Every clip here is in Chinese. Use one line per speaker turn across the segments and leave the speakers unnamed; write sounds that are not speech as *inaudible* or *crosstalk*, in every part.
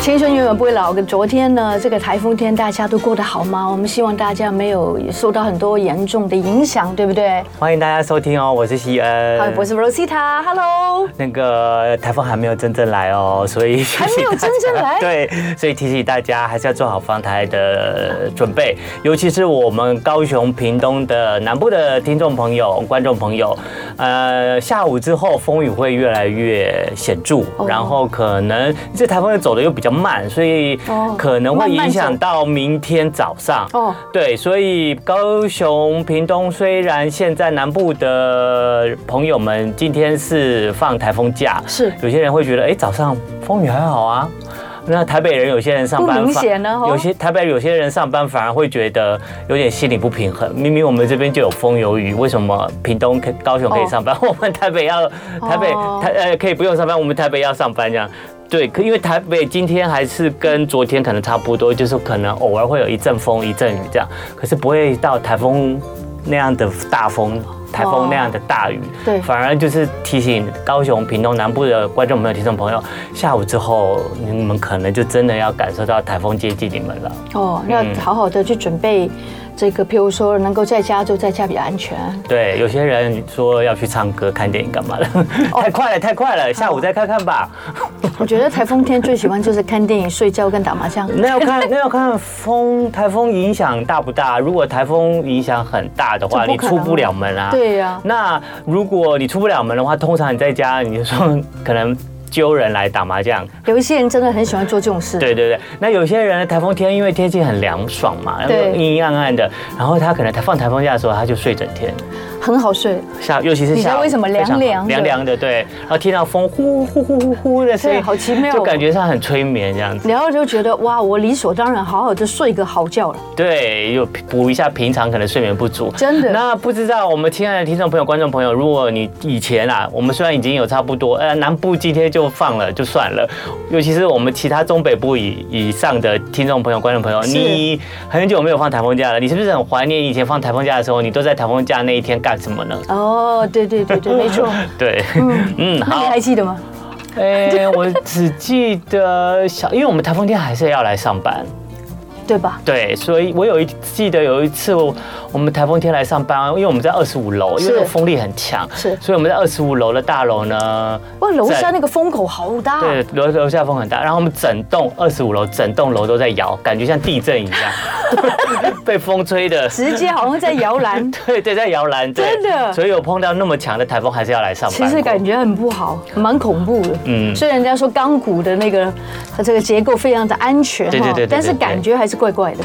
青春永远不会老。昨天呢，这个台风天大家都过得好吗？我们希望大家没有受到很多严重的影响，对不对？
欢迎大家收听哦，我是西
好，
恩。
我是 Rosita，Hello。
那个台风还没有真正来哦，所以
还没有真
*laughs*
正来
对，所以提醒大家还是要做好防台的准备，尤其是我们高雄、屏东的南部的听众朋友、观众朋友，呃，下午之后风雨会越来越显著，
哦
然后可能这台风又走的又比较慢，所以
哦
可能会
慢慢
影
走
响到明天早上。
哦
对，所以高雄、屏东虽然现在南部的朋友们今天是放台风假，
是
有些人会觉得，哎，早上风雨还好啊。那台北人有些人上班
不明
反
显呢哦
有些台北有些人上班反而会觉得有点心理不平衡。明明我们这边就有风有雨，为什么屏东可以、高雄可以
哦
上班，我们台北要台北
哦
台呃可以不用上班，我们台北要上班这样。对，可因为台北今天还是跟昨天可能差不多，就是可能偶尔会有一阵风一阵雨这样，可是不会到台风那样的大风。台风那样的大雨，
对
反而就是提醒高雄、屏东南部的观众朋友、听众朋友，下午之后你们可能就真的要感受到台风接近你们了。
哦，要好好的去准备这个，譬如说能够在家就在家比较安全。
对，有些人说要去唱歌、看电影干嘛的，
哦
太快了，太快了，下午再看看吧。
我觉得台风天最喜欢就是看电影、睡觉跟打麻将。
那要看那要看风台风影响大不大。如果台风影响很大的话，
这
你
不可能
出不了门啊。。
*laughs* 对呀、
那如果你出不了门的话，通常你在家，你就说 *laughs* 可能揪人来打麻将。
有一些人真的很喜欢做这种事。
*laughs* 对对对。那有些人台风天因为天气很凉爽嘛，然后
对
阴阴暗暗的，然后他可能他放台风假的时候，他就睡整天。
很好睡，
下，尤其是
你知道
下午
为什么
非常好
凉凉的
凉凉的，对，然后听到风呼呼呼呼呼的声音，
对好奇妙哦
就感觉上很催眠这样子。
然后就觉得哇，我理所当然好好的睡个好觉了。
对，又补一下平常可能睡眠不足。
真的
那不知道我们亲爱的听众朋友、观众朋友，如果你以前啊，我们虽然已经有差不多，呃，南部今天就放了就算了，尤其是我们其他中北部以以上的听众朋友、观众朋友，
是
你很久没有放台风假了，你是不是很怀念以前放台风假的时候，你都在台风假那一天干什么呢？
哦，对对对对，没错。
对，
*laughs*
嗯，
那你
好
还，记得吗？
哎，我只记得小，因为我们台风天还是要来上班。
对吧？
对，所以我有一记得有一次我我们台风天来上班，因为我们在二十五楼，因为
是
那个风力很强，
是
所以我们在二十五楼的大楼呢，
哇，楼下
在
那个风口好大。
对，楼楼下风很大，然后我们整栋二十五楼整栋楼都在摇，感觉像地震一样， *laughs* 被风吹的。
直接好像在摇
*laughs*
篮，
对对，在摇篮，对
真的
所以有碰到那么强的台风，还是要来上班
其
过。
实感觉很不好，蛮恐怖的。嗯，
嗯
虽然人家说钢骨的那个它这个结构非常的安全哈，
对对对对对啊
但是感觉还是怪怪的。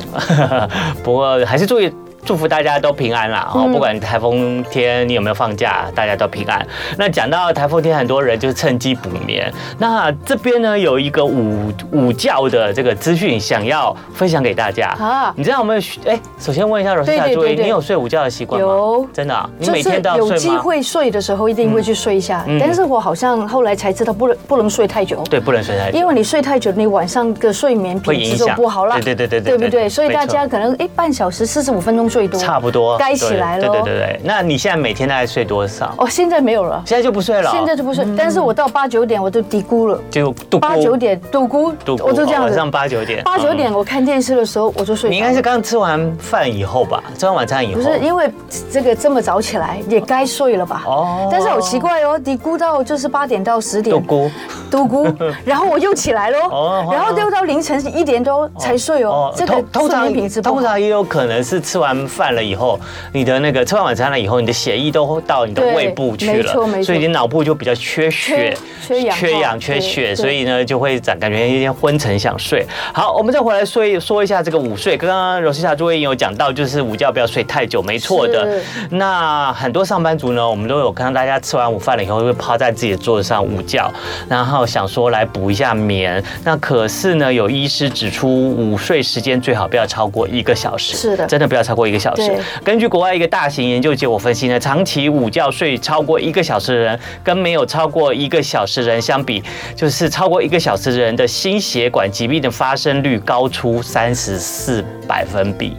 不过还是祝祝福大家都平安啦！
嗯
哦，不管台风天你有没有放假，大家都平安。那讲到台风天，很多人就是趁机补眠。那这边呢有一个午午觉的这个资讯，想要分享给大家。
啊
啊，你知道有没有？哎，首先问一下罗斯塔
对对
注意，
对对
你有睡午觉的习惯吗？
有
真的啊、你
就
每
是
天都要
有
睡
机
吗？嗯
会睡的时候一定会去睡一下，但是我好像后来才知道不能不能睡太久。
对，不能睡太久。
因为你睡太久，你晚上的睡眠品质就
会影响
不好了，
对对对对对
对不对？
对
所以大家可能哎半小时四十五分钟最多，
差不多
该起来
对
了。
对对对对。那你现在每天大概睡多少？
哦，现在没有了，
现在就不睡了哦？
现在就不睡，但是我到八九点我都低估了，
就度
八九点度估，
度
我就这样
哦晚
子，
上八九点。嗯
八九点我看电视的时候我就睡着了。
你应该是刚吃完饭以后吧，吃完晚餐以后。
不是因为这个这么早起来也该睡了吧？哦
哦，
但是好奇怪哦，低估到就是八点到十点
豆，菇
独
*laughs*
估，然后我又起来喽
哦，
然后又到凌晨一点多才睡哦，这个
通
睡
常
眠品质不
通
好。
常也有可能是吃完饭了以后，你的那个吃完晚餐了以后，你的血液都到你的
对
胃部去
没
了，
错没错
所以你脑部就比较缺血、
缺缺氧
缺
对
氧、缺
对
血，所以呢就会感感觉有点昏沉想睡。好，我们再回来说一说一下这个午睡。刚刚柔西莎作业有讲到，就是午觉不要睡太久，没错的
是。
那很多上班族呢，我们都有看到大家吃完午饭了以后会趴在自己的桌子上午觉，然后想说来补一下眠。那可是呢，有医师指出，午睡时间最好不要超过一个小时。
是的
真的不要超过过一个小时
对。
根据国外一个大型研究结果分析呢，长期午觉睡超过一个小时的人，跟没有超过一个小时的人相比，就是超过一个小时的人的心血管疾病的发生率高出三十四百分比。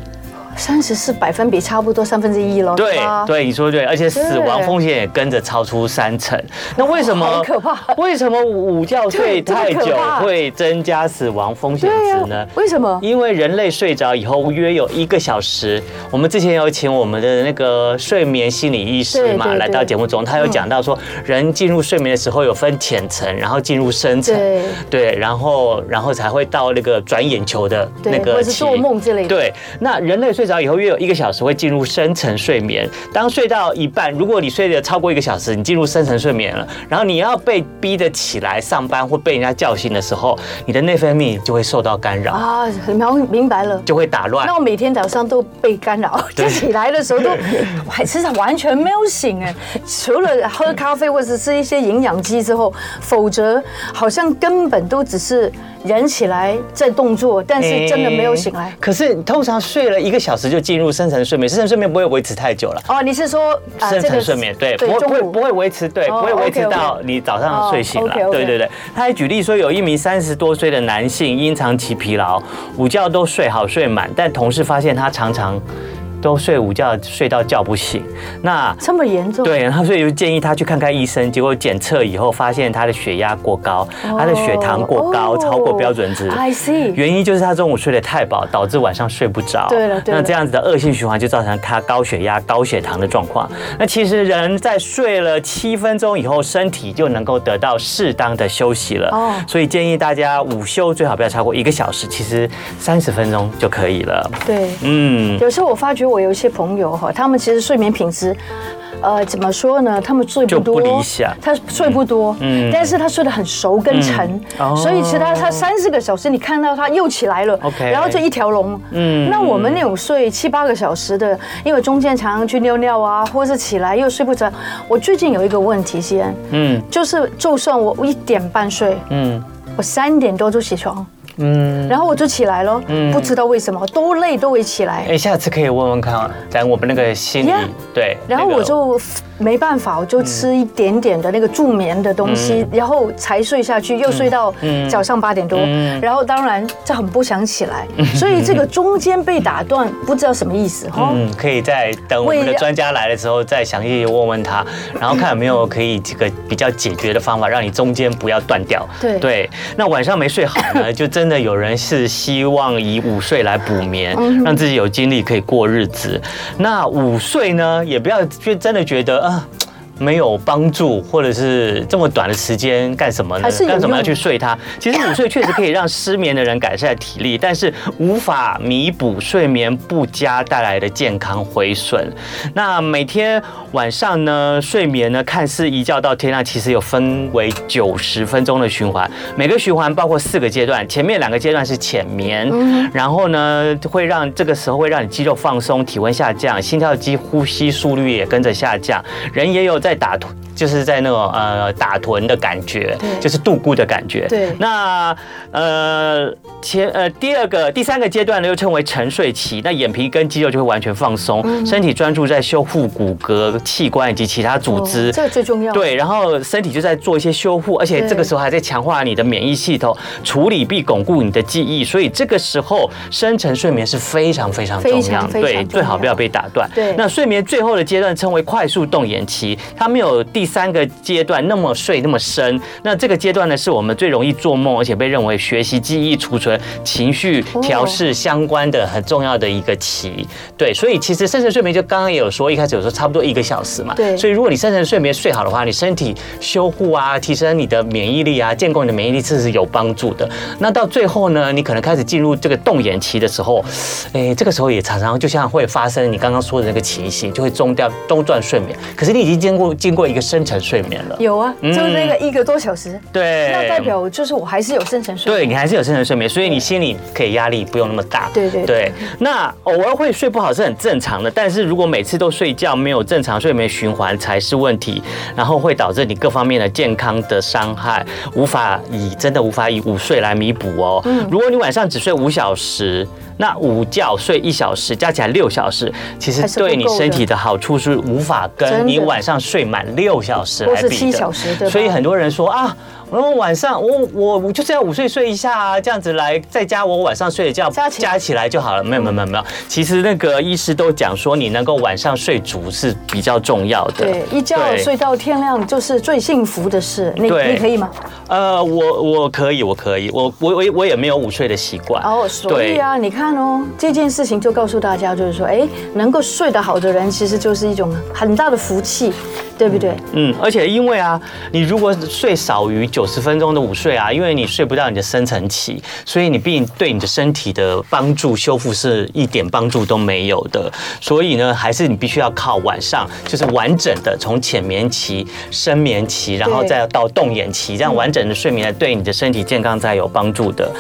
三十四百分比差不多三分之一咯。哦
对
是吧，
对，你说对，而且死亡风险也跟着超出三成。那为什么
好可怕
为什么午觉睡
对
太
这么可
久
怕
会增加死亡风险
对
值
呀
呢？，
为什么？
因为人类睡着以后约有一个小时，我们之前有请我们的那个睡眠心理医师嘛
对对嗯对
来到节目中，他有讲到说，人进入睡眠的时候有分浅层，然后进入深层，
对
对，然后然后才会到那个转眼球的那
对，或
个
者是
期。
做梦之类的。
对，那人类睡着以后约有一个小时会进入深层睡眠。当睡到一半，如果你睡得超过一个小时，你进入深层睡眠了，然后你要被逼着起来上班或被人家叫醒的时候，你的内分泌就会受到干扰，
啊，苗明白了。
就会打乱
那。我每天早上都被干扰，就起来的时
*laughs*
候都还是完全没有醒哎，除了喝咖啡或者是一些营养剂之后，否则好像根本都只是人起来在动作，但是真的没有醒来
欸。可是通常睡了一个小时就进入深层睡眠，深层睡眠不会维持太久了。
哦，你是说啊
深层睡眠，对，不
对，
会不
中
会
午
不会维持，对，
哦
不会维持
OK，OK
到你早上睡醒
哦
了，
，OK，OK
对对对。他还举例说，有一名三十多岁的男性因长期疲劳，午觉都睡好睡满，但同事发现他常常都睡午觉睡到叫不醒，那。
这么严重？
对，然后所以就建议他去看看医生，结果检测以后发现他的血压过高，他的血糖过高，
哦
超过标准值。
I see
原因就是他中午睡得太饱，导致晚上睡不着。
对了对了
那这样子的恶性循环就造成他高血压、高血糖的状况。那其实人在睡了七分钟以后，身体就能够得到适当的休息了。
哦
所以建议大家午休最好不要超过一个小时，其实三十分钟就可以了。
对，
嗯，
有时候我发觉我有一些朋友哈，他们其实睡眠品质。呃，怎么说呢？他们睡不多，
就不理想
他睡不多，
嗯
但是他睡得很熟跟沉，
嗯哦
所以其实他他三四个小时，你看到他又起来了
OK
然后就一条龙，
嗯
那我们那种睡七八个小时的，因为中间常常去尿尿啊，或者是起来又睡不着。我最近有一个问题，西安，
嗯
就是就算我一点半睡，
嗯
我三点多就起床，
嗯。
然后我就起来了，
嗯
不知道为什么，多累都会起来。
哎，下次可以问问看，啊咱我们那个心理
Yeah
对，
然后
那个
我就没办法，我就吃一点点的那个助眠的东西，然后才睡下去，又睡到早上八点多。
嗯
然后当然这很不想起来，所以这个中间被打断，不知道什么意思哈。
嗯，可以再等我们的
为
专家来的时候再详细问
*laughs*
问他，然后看有没有可以这个比较解决的方法，让你中间不要断掉。
对
那晚上没睡好
*laughs*
呢，就真的有人是希望以午睡来补眠，
嗯
让自己有精力可以过日子。那午睡呢，也不要就真的觉得啊。没有帮助，或者是这么短的时间干什么呢
还是？有
干什么要
用
去睡它？其实午睡确实可以让失眠的人改善体力，但是无法弥补睡眠不佳带来的健康毁损。那每天晚上呢，睡眠呢，看似一觉到天亮，其实有分为九十分钟的循环，每个循环包括四个阶段，前面两个阶段是浅眠，然后呢，会让这个时候会让你肌肉放松，体温下降，心跳肌呼吸速率也跟着下降，人也有在打突。就是在那种呃打臀的感觉
对，
就是度孤的感觉。
对
那呃前呃第二个第三个阶段呢，又称为沉睡期，那眼皮跟肌肉就会完全放松，
嗯
身体专注在修复骨骼、器官以及其他组织。
哦这个最重要。，
对，然后身体就在做一些修护，而且
对
这个时候还在强化你的免疫系统，处理并巩固你的记忆，所以这个时候深层睡眠是非常非常重
非
要，
常非常重
对，
要
最好不要被打断。
对
那睡眠最后的阶段称为快速动眼期，它没有第三个阶段那么睡那么深。那这个阶段呢，是我们最容易做梦，而且被认为学习、记忆、储存、情绪调试相关的很重要的一个期。对，所以其实深层睡眠就刚刚也有说，一开始有说差不多一个小时嘛。
对
所以如果你深层睡眠睡好的话，你身体修护啊，提升你的免疫力啊，建构你的免疫力，这是有帮助的。那到最后呢，你可能开始进入这个动眼期的时候，哎，这个时候也常常就像会发生你刚刚说的那个情形，就会中掉中断睡眠。可是你已经经过经过一个深。深层睡眠了。
有啊，就那个一个多小时，
对，
那代表就是我还是有深层睡
哎对
眠。
你还是有深层睡眠，所以你心里可以压力不用那么大。
对对
对，那偶尔会睡不好是很正常的，但是如果每次都睡觉没有正常睡眠循环才是问题，然后会导致你各方面的健康的伤害，无法以真的无法以午睡来弥补哦。
嗯
如果你晚上只睡五小时。那午觉睡一小时，加起来六小时，其实
还是不
对你
够的
身体的好处是无法
真的
跟你晚上睡满六小时来
或是
比的。
七小时，对吧？
所以很多人说啊，我晚上我我我就是要午睡睡一下啊，这样子来在家我晚上睡的觉
加起来
来就好了。没有没有没有没有，其实那个医师都讲说，你能够晚上睡足是比较重要的。
对，一觉
对
睡到天亮就是最幸福的事。你
对
你可以吗？
呃，我我可以，我可以，我我我也我也没有午睡的习惯。
哦，所以啊，你看哦，这件事情就告诉大家，就是说，哎，能够睡得好的人，其实就是一种很大的福气，对不对？
嗯，而且因为啊，你如果睡少于九十分钟的午睡啊，因为你睡不到你的深层期，所以你毕竟对你的身体的帮助修复是一点帮助都没有的。所以呢，还是你必须要靠晚上，就是完整的从浅眠期、深眠期，然后
对
再到动眼期，这
嗯
样完整的睡眠对你的身体健康才有帮助的。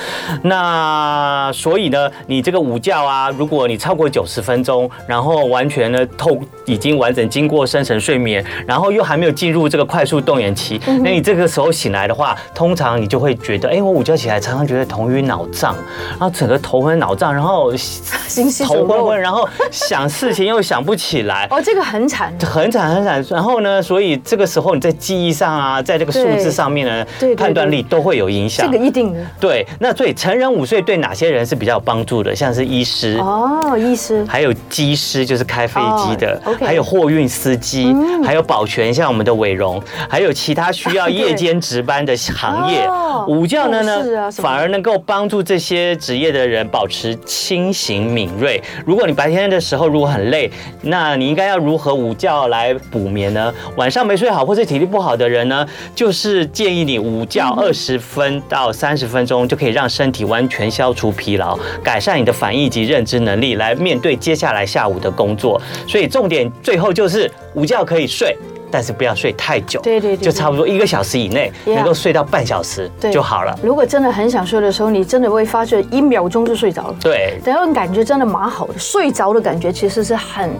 那所以呢，你这个午觉啊，如果你超过九十分钟，然后完全呢透已经完整经过深层睡眠，然后又还没有进入这个快速动眼期，
嗯
那你这个时候醒来的话，通常你就会觉得，哎、我午觉起来常常觉得头晕脑胀，然后整个头昏脑胀，然后
心系
头
手
昏
肉
昏，。然后想事情又想不起
*laughs*
来，
哦，这个很惨。
很惨很惨。然后呢，所以这个时候你在记忆上啊，在这个数字上面呢
对对对，
判断力都会有影响
这个。一定的
对，那所以成人午睡对哪些人是比较有帮助的？像是医师。
哦，医师
还有机师，就是开飞机的
哦，，OK 嗯
还有货运司机，还有保全，像我们的伟荣，还有其他需要
*laughs* 对
夜间值班的行业
哦。
午觉呢
护士啊
呢，
什么的
反而能够帮助这些职业的人保持清醒敏锐。如果你白天的时候如果很累，那你应该要如何午觉来补眠呢？晚上没睡好或者体力不好的人呢，就是建议你午觉
嗯
二十分到三十分钟就可以让身体完全消除疲劳，改善你的反应及认知能力，来面对接下来下午的工作。所以重点最后就是午觉可以睡。但是不要睡太久，
对对对对
就差不多一个小时以内
Yeah
能够睡到半小时
对
就好了。
如果真的很想睡的时候，你真的会发觉一秒钟就睡着了。
对，
但那种感觉真的蛮好的，睡着的感觉其实是很、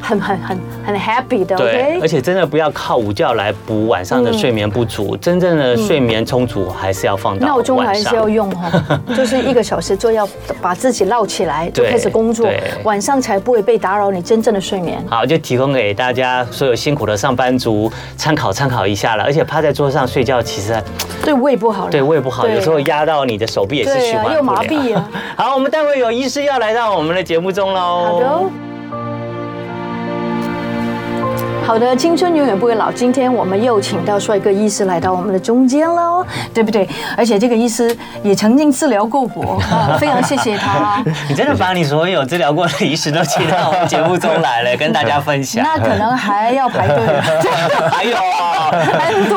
很、很、很、很 happy 的。
对，而
OK，
且真的不要靠午觉来补晚上的睡眠不足，真正的睡眠充足还是要放到
嗯闹钟还
晚
是
上。
要用
*laughs*
哦，就是一个小时就要把自己闹起来，就
对
开始工作
对，
晚上才不会被打扰你真正的睡眠。
好，就提供给大家所有辛苦的上班族参考参考一下了。而且趴在桌上睡觉，其实
对胃不好了，
对胃不好，
对
有时候压到你的手臂也是
对
循
啊
环
又
不
麻
了。
痹啊。
*laughs* 好，我们待会有医师要来到我们的节目中喽。
好的哦。好的，青春永远不会老。今天我们又请到帅哥医师来到我们的中间喽，对不对？而且这个医师也曾经治疗过我，啊非常谢谢他。
你真的把你所有治疗过的医师都请到我们节目中来了，跟大家分享。
*laughs* 那可能还要排队，
*laughs* 还
*laughs*
有啊，
很多。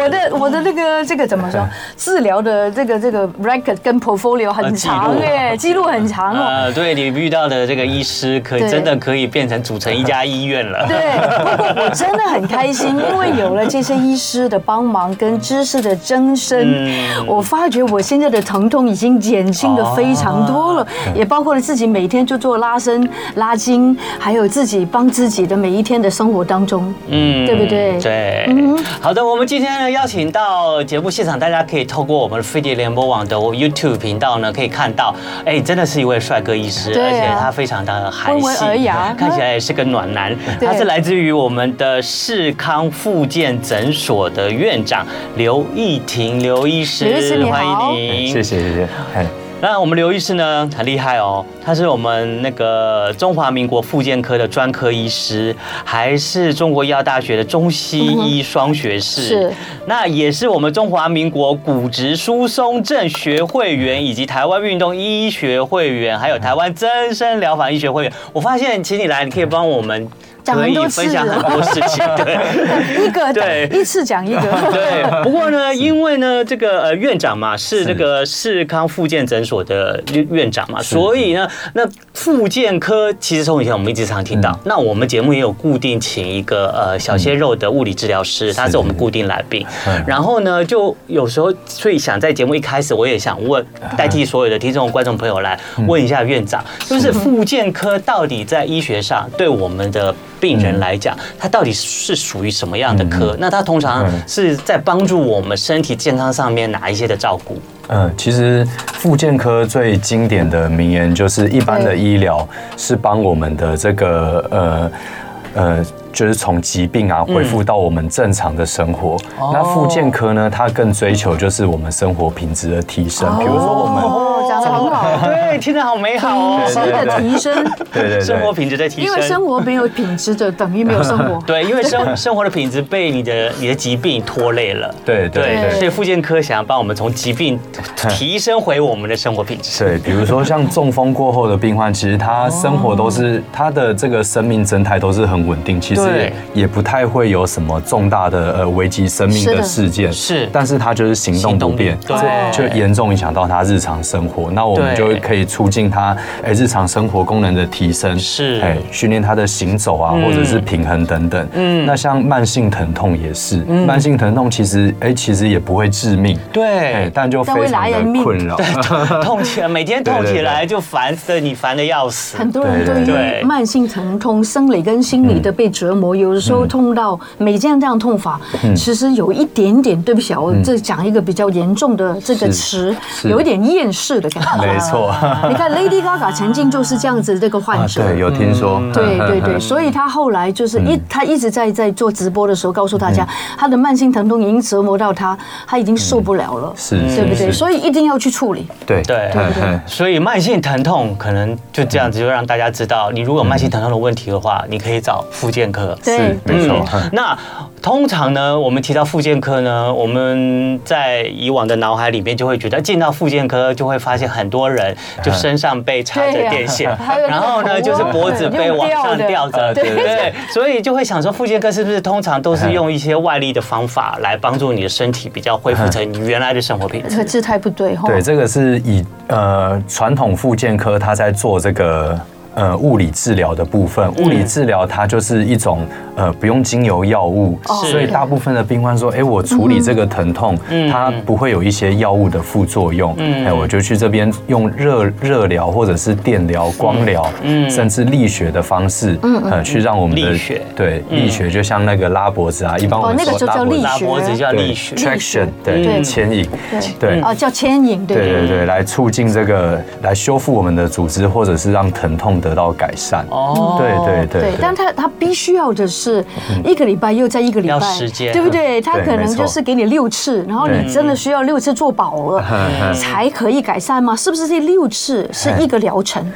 我
*laughs*
的我的那个这个怎么说？治疗的这个这个 record 跟 portfolio 很长
呃记录 *laughs*
哎，记录很长哦。
呃，对你遇到的这个医师，可以
对
真的可以变成组成一家医院了。
对，不过我真的很开心，因为有了这些医师的帮忙跟知识的增深，
嗯
我发觉我现在的疼痛已经减轻的非常多
哦
了，也包括了自己每天就做拉伸、拉筋，还有自己帮自己的每一天的生活当中。
嗯
对不对嗯
对，好的，我们今天呢邀请到节目现场，大家可以透过我们飞碟联播网的 YouTube 频道呢，可以看到，哎，真的是一位帅哥医师，
对啊
而且他非常的含
温文
蓄
尔雅，
看起来也是个暖男。
对
他是来自于我们的世康复健诊所的院长刘义婷刘医师，
刘医师你好
欢迎您，
谢谢谢谢，哎，
那我们刘医师呢很厉害哦，他是我们那个中华民国复健科的专科医师，还是中国医药大学的中西医双学士，
嗯是
那也是我们中华民国骨质疏松症学会员，以及台湾运动医学会员，还有台湾增生疗法医学会员。我发现请你来，你可以帮我们
讲
可
很
以
多
分
次
享很
了，
多事情，对。
一个
对
一次讲一个，
*laughs* 对，不过呢，因为呢，这个呃院长嘛是那个世康复健诊所的院院长嘛，所以呢，那复健科其实从以前我们一直常听到，那我们节目也有固定请一个呃小鲜肉的物理治疗师，他是嗯我们固定来宾，然后呢，就有时候所以想在节目一开始，我也想问代替所有的听众观众朋友来
嗯
问一下院长，就是复健科到底在医学上对我们的病人来讲，它到底是属于什么样的科？那它通常
嗯
是在帮助我们身体健康上面哪一些的照顾？
嗯，其实复健科最经典的名言就是，一般的医疗是帮我们的这个呃呃，就是从疾病啊恢复到我们正常的生活。那复健科呢，它更追求就是我们生活品质的提升，比如说我们。
哦，讲得很好，
对，听着好美好哦
品，质的提升，
对对对，
生活品质在提
因为
升
生。活没有品质的，等于没有生活。
*laughs* 对，因为生生活的品质被你的你的疾病拖累了，
对对
对
所以复健科想要帮我们从疾病提升回我们的生活品质。
对，比如说像中风过后的病患，其实他生活都是他的这个生命征态都是很稳定，其
哦对
实也不太会有什么重大的呃危及生命
是的
的事件。
是
但是他就是行动不便，
行动不便
这
对
就严重影响到他日常生活。那我们就
对
可以促进他哎日常生活功能的提升，
是嗯
哎训练他的行走啊，或者是平衡等等。嗯，那像慢性疼痛也是，
嗯
慢性疼痛其实哎其实也不会致命，哎
对，
但就
但会
非常
拿人
的
命
*laughs*
困扰。 *laughs*
痛起来，每天痛起来就烦的你烦的要死。
很多人
对对
对
对
于慢性疼痛、生理跟心理的被折磨，有的时候痛到每这样这样痛法，
嗯
其实有一点点，对不起啊，我这讲一个比较严重的这个
是
词，
是
有一点厌世的感觉。
*laughs*
*laughs*
没错，啊
你看 Lady Gaga 曾经就是这样子这个患者。
对，有听说，
嗯对对
嗯
对，所以他后来就是一，他一直在在做直播的时候告诉大家，他的慢性疼痛已经折磨到他，他已经受不了了，
*laughs* 嗯是
对不对？
是
所以一定要去处理。
对 *laughs*
对
嗯嗯
所以慢性疼痛可能就这样子，就让大家知道，你如果有慢性疼痛的问题的话，你可以找复健科。
对
是没错，
*laughs*
嗯
那通常呢，我们提到复健科呢，我们在以往的脑海里面就会觉得，进到复健科就会发现很多人就身上被插着
哎对呀
电线，
还有那个啊
然后呢就是脖子被往上吊着，
用吊的对对
对，所以就会想说，复健科是不是通常都是用一些外力的方法来帮助你的身体比较恢复成你原来的生活品质？
可这太不对哈。
对，这个是以呃传统复健科它在做这个。呃，物理治疗的部分，物理治疗它就是一种呃，不用精油药物，
是
所以大部分的病患说，哎，我处理这个疼痛，它不会有一些药物的副作用，哎，我就去这边用热热疗或者是电疗、光疗，甚至力学的方式，呃，去让我们的
力学
对力学就像那个拉脖子啊，一般我
哦
们
那个
说
就
拉
叫
脖
力
子
学
拉脖子叫
对
力学，
traction
对
对牵引，对
哦，叫牵引，对不
嗯对
对？
对对，来促进这个，来修复我们的组织，或者是让疼痛得到改善。
哦
对对对嗯
对，但他他必须要的是一个礼拜又在一个礼
要
拜，
时间
对不对？他
对
可
没
能
错
就是给你六次，然后你
对
真的需要六次做饱了
嗯
才可以改善吗？是不是这六次是一个疗程，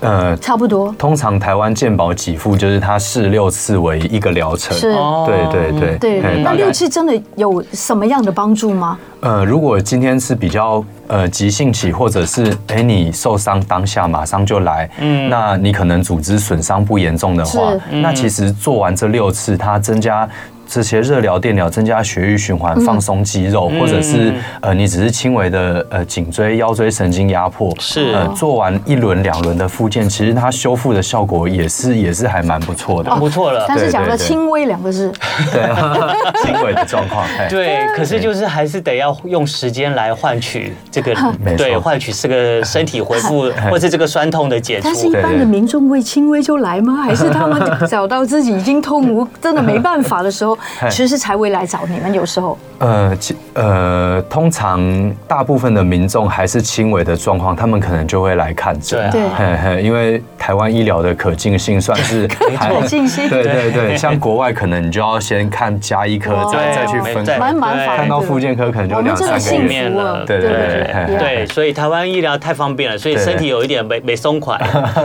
呃，
差不多？
通常台湾健保给付就是它四六次为一个疗程。
是，
哦
对对对
对
嘿。
那
哎大概
六次真的有什么样的帮助吗？
呃，如果今天是比较呃急性期，或者是哎、你受伤当下马上就来，嗯，那你可能组织损伤不严重的话
是，
那其实做完这六次，它增加。这些热疗、电疗增加血液循环、放松肌肉，或者是呃，你只是轻微的呃颈椎、腰椎神经压迫，
是
呃，做完一轮、两轮的复健，其实它修复的效果也是也是还蛮不
*laughs*
错的，
不错了。
但是
呃对
讲了
对对
轻微两个
*laughs*
字，
对，轻微的状况，哎嘿
对，可是就是还是得要用时间来换取这个
*laughs* 没，错
对，换取这个身体恢
*laughs*
复或是这个酸痛的解
但是一
除。
般的民众为轻微就来吗？还是他们找到自己已经痛无真的没办法的时
*laughs*
候，
哎
其实才会来找你们？有时候
呃，其呃，通常大部分的民众还是轻微的状况，他们可能就会来看诊。
对啊
对
嘿嘿，因为台湾医疗的可进性算
*laughs*
是还
可进性
对对对，像国外可能你就要先看加医科，再再去分
对
科，
哦蛮麻
对
烦的。
看到附件科可能
我
就
们
两
真的
三个
幸
月。
福了，
对
对
对哎
不
对
对，所以台湾医疗太方便了，所以
对
身体有一点没没松
*laughs*
垮，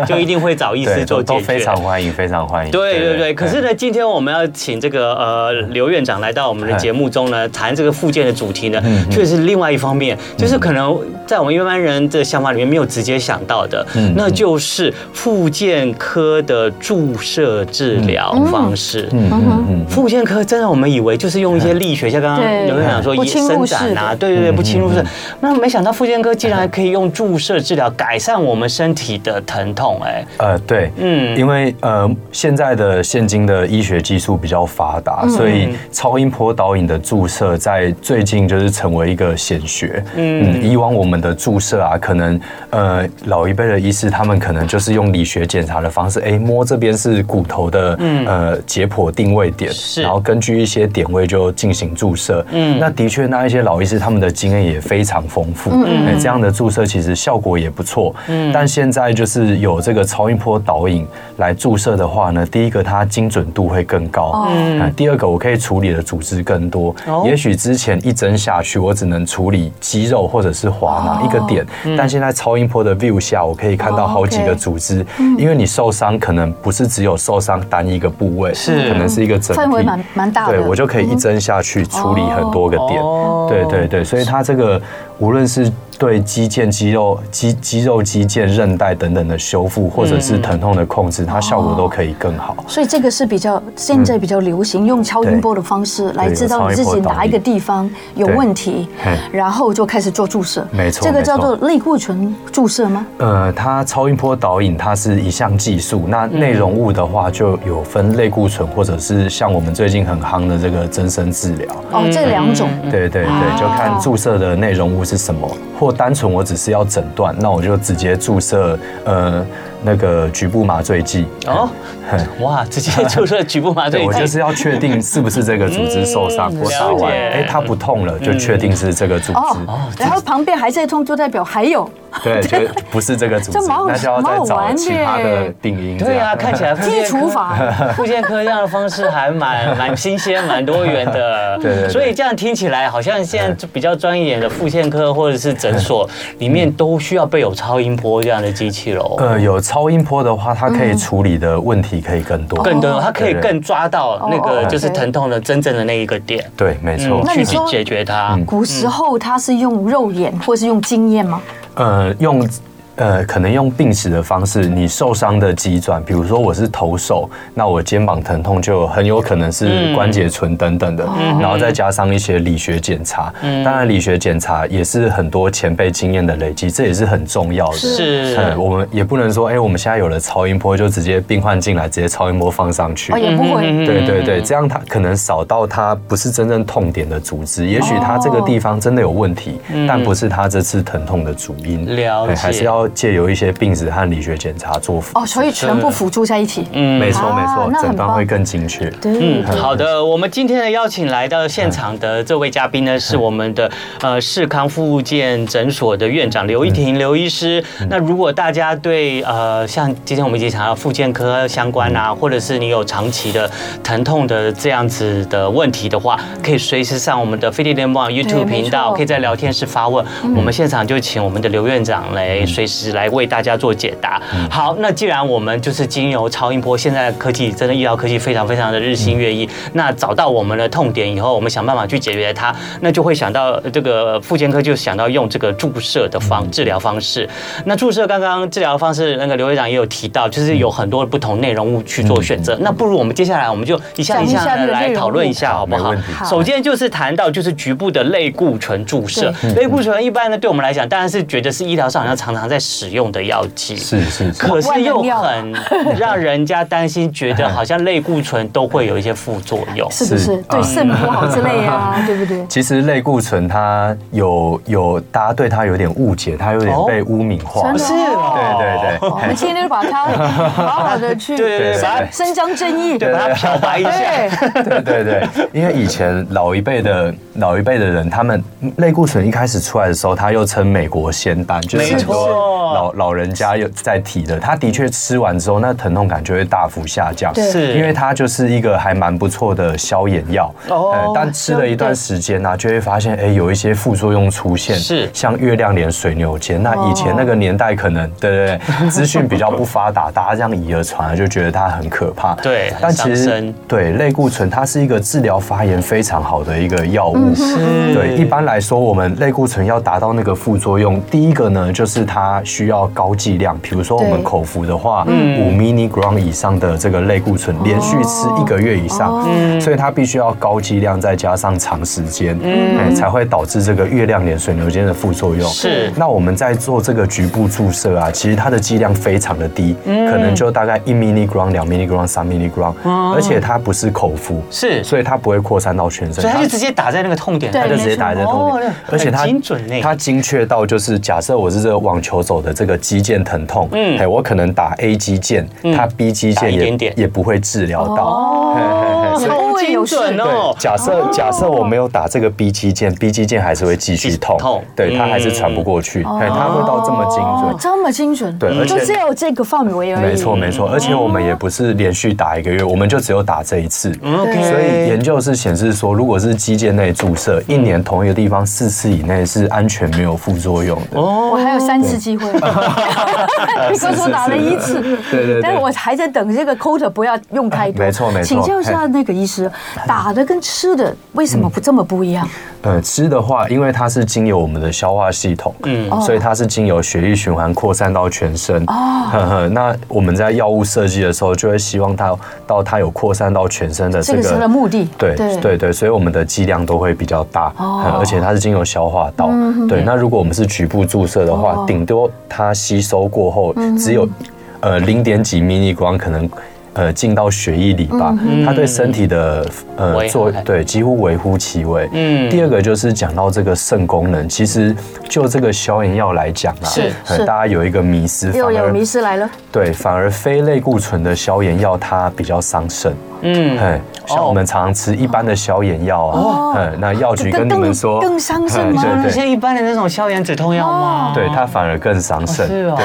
就一定会找医
对，
师
都
做解
都
决。
非常欢迎，非常欢迎。
对对对，可是呢，今天我们要请这个呃
嗯
刘院长来到我们
哎
的节目中呢，谈这个附件的主题呢，
嗯
确实是另外一方
嗯
面，就是可能在我们一般人的想法里面没有直接想到的，那就是附复健科的注射治疗方式。
嗯嗯嗯，
复健科真的，我们以为就是用一些力学，像刚刚
对
有人讲说
不
以
侵
伸
入
展
式
啊，
的
对
嗯
对对，不侵入式。那没想到复健科竟然还可以用注射治疗改善我们身体的疼痛，哎，
呃，对，
嗯
嗯，因为呃，现在的现今的医学技术比较发达，所以超音波导引的注射在最近就是成为一个显学。嗯以往我们的注射啊，可能呃老一辈的医师他们可能就是用理学检查的方式，哎，摸这边是骨头的、呃解剖定位点，
是
然后根据一些点位就进行注射。嗯，那的确，那一些老医师他们的经验也非常丰富，嗯，这样的注射其实效果也不错。嗯，但现在就是有这个超音波导引来注射的话呢，第一个它精准度会更高，
哦
嗯，第二个我可以处理的组织更多。
哦
也许之前一针下去，我只能处理肌肉或者是
哦
滑囊一个点，
嗯
但现在超音波的 view 下，我可以
哦
看到好几个
OK
组织，
嗯
因为你受伤可能不是只有受伤单一个部位，
是嗯
可能是一个整体，
范围蛮蛮大的
对我就可以一针下去处理很多个点。
哦
对对对，所以它这个无论是对肌腱、肌肉、肌肌肉、肌腱、韧带等等的修复，或者
嗯
是疼痛的控制，它效
哦
果都可以更好。
所以这个是比较现在比较流行用超音波的方式来知道你自己哪一个地方有问题
嘿，
然后就开始做注射。
没错
这个叫
没错
做类固醇注射吗？
呃，它超音波导引它是一项技术，那
嗯
内容物的话就有分类固醇，或者是像我们最近很夯的这个增生治疗。
哦，这两种。
嗯
对对对，就看
啊
注射的内容物是什么，或单纯我只是要诊断，那我就直接注射呃那个局部麻醉剂。 *laughs*
哦，哇，直接注射局部麻醉哎
对，我
剂
就是要确定是不是这个组织受伤，
嗯
我打完，
了解
哎，它不痛了，就确定是这个组
哦
织，，
然后旁边还在痛，就代表还有。
对，就不是这个组织
*laughs*
这蛮，好
那就要再找其他的病因。这
对啊，
样
*laughs*
看起来复
剔
健科
除法
*laughs*
嗯
复健科这样的方式还蛮蛮新鲜、蛮多元的。
*laughs* 对对对
所以这样听起来，好像现在就比较专业一点的复健科或者是诊所里面都需要备有超音波这样的机器喽。
呃，有超音波的话，它可以处理的问题可以更多。
更多，它可以
对对
更抓到那
哦
个
哦
就是
OK
疼痛的真正的那一个点，
对，没错嗯
嗯，
那。
去
你说
解决它。
古时候他是用肉眼或是用经验吗？
呃，用呃，可能用病史的方式，你受伤的脊转，比如说我是投手，那我肩膀疼痛就很有可能
嗯
是关节唇等等的，然后再加上一些理学检查。
嗯
当然，理学检查也是很多前辈经验的累积，这也是很重要的。
是
嗯我们也不能说，哎、我们现在有了超音波，就直接病患进来，直接超音波放上去。
哦，也不
嗯
会。
对对对，这样他可能扫到他不是真正痛点的组
哦
织，也许他这个地方真的有问题，但不是他这次疼痛的主因。
嗯了解
对还是要借由一些病史和理学检查做辅。
哦，所以全部辅助在一起。
嗯
没错
啊
没错
那，很
诊断
棒
会更精确。
对
嗯，，好的，我们今天的邀请来到现场的这位嘉宾呢，是我们的呃世康复健诊所的院长刘一婷刘医师。那如果大家对呃像今天我们已经谈到复健科相关啊，或者是你有长期的疼痛的这样子的问题的话，可以随时上我们的飞碟联播网 YouTube
没
频道，
错
可以在聊天室发问。我们现场就请我们的刘院长来随时来为大家做解答。好，那既然我们就是经由超音波，现在的科技真的医疗科技非常非常的日新月异，那找到我们的痛点以后，我们想办法去解决它，那就会想到呃这个妇健科就想到用这个注射的方治疗方式。那注射刚刚治疗方式，那个刘院长也有提到，就是有很多不同内容物去做选择。那不如我们接下来我们就一项一项
讲一下那
的
个内
来
容
讨论一下，
物
好不
没
好
问题？
好
首先就是谈到就是局部的类固醇注射，
对
类固醇一般呢对我们来讲，当然是觉得是医疗上好像常常在使用的药剂，
是是是，
可是又
万能药
很让人家担心，觉得好像类固醇都会有一些副作用。
是不
是
是？
啊
对肾不好之类
*laughs*
啊，对不对？
其实类固醇它有有大家对它有点误解，它有点
哦
被污名化。
真的
是哦，
对对对
我们今天就把它好好的去
对对
对
把它
伸张正义，
对，把它漂白一下。
对，
对对对，因为以前老一辈的老一辈的人，他们类固醇一开始出来的时候，它又称美国仙丹，就是
没
很
错
多老老人家有在提的。他的确吃完之后，那疼痛感就会大幅下降，
对
是
因为它就是一个还蛮不错的消炎药。
哦
呃但吃了一段时间呢、就会发现哎、有一些副作用出现，
是
像月亮脸、水牛肩。那以前那个年代可能对对对，资讯比较不发达，大家这样以讹传讹，就觉得它很可怕。
对很
但其
伤
实
身
对，类固醇它是一个治疗发炎非常好的一个药嗯物。对，一般来说，我们类固醇要达到那个副作用，第一个呢，就是它它需要高剂量，比如说我们口服的话，五 minigram 以上的这个类固醇连续吃一个月以
哦
上，
嗯
所以它必须要高剂量，再加上长时间，
嗯
哎，才会导致这个月亮脸水牛肩的副作用。
是
那我们在做这个局部注射啊，其实它的剂量非常的低，
嗯
可能就大概一 minigram、两 minigram、三 minigram，而
哦
且它不是口服，
是，
所以它不会扩散到全身，
所以他就直接打在那个痛点，
对
他
它
就直
就直
接
接打在痛
哦
点，而且它
很精准欸
它精确到就是假设我是这个网球肘的这个肌腱疼痛，
嗯
嗯，哎，我可能打 A 肌腱，它 B 肌
打
腱
一点
也
点哦
也不会治疗到，嘿嘿嘿所以
哦
好精准哦
对，。假设假设我没有打这个 B 肌腱，B 肌腱还是会继
继
续
续
痛
痛，
对，它还是传不过去，哎，它会到这么精准
嗯哦，。这么精准，
对而且
就是要有这个范围而已。
没错没错，而且我们也不是连续打一个月，我们就只有打这一次。
嗯
对
所以研究是显示说，如果是肌腱内注射，一年同一个地方四次以内是安全没有副作用的。哦，
我还有三次机会， *laughs* 你刚说打了一次，
*laughs* 对对对
但是我还在等这个 quota 不要用太多。
没错没错
请教一下
嘿
那个医师，打的跟吃的为什么不这么不一样？
呃，吃的话，因为它是经由我们的消化系统，嗯，所以它是经由血液循环扩散到全身。哦，呵呵，那我们在药物设计的时候，就会希望它到它有扩散到全身的
这
这
个
个
是它的目的。
对对对，所以我们的剂量都会比较大，
哦
嗯而且它是经由消化道。
嗯
对，那如果我们是局部注射的
哦
话，顶多它吸收过后
嗯
只有呃零点几 mini 光可能。呃，进到血液里
嗯
吧，它对身体的
危
呃
害
作对几乎微乎其微。
嗯
嗯，第二个就是讲到这个肾功能，其实就这个消炎药来讲啊，
是
呃
是
大家有一个迷思，
又
反
有
而
迷失来了，
对，反而非类固醇的消炎药它比较伤肾。
嗯，
哎，
哦
像我们常常吃一般的消炎药啊，嗯，那药局跟你们说，
更更伤肾吗哦
哎对
像
对
一般的那种消炎止痛药吗？
对，它反而更伤肾，
是
对
哦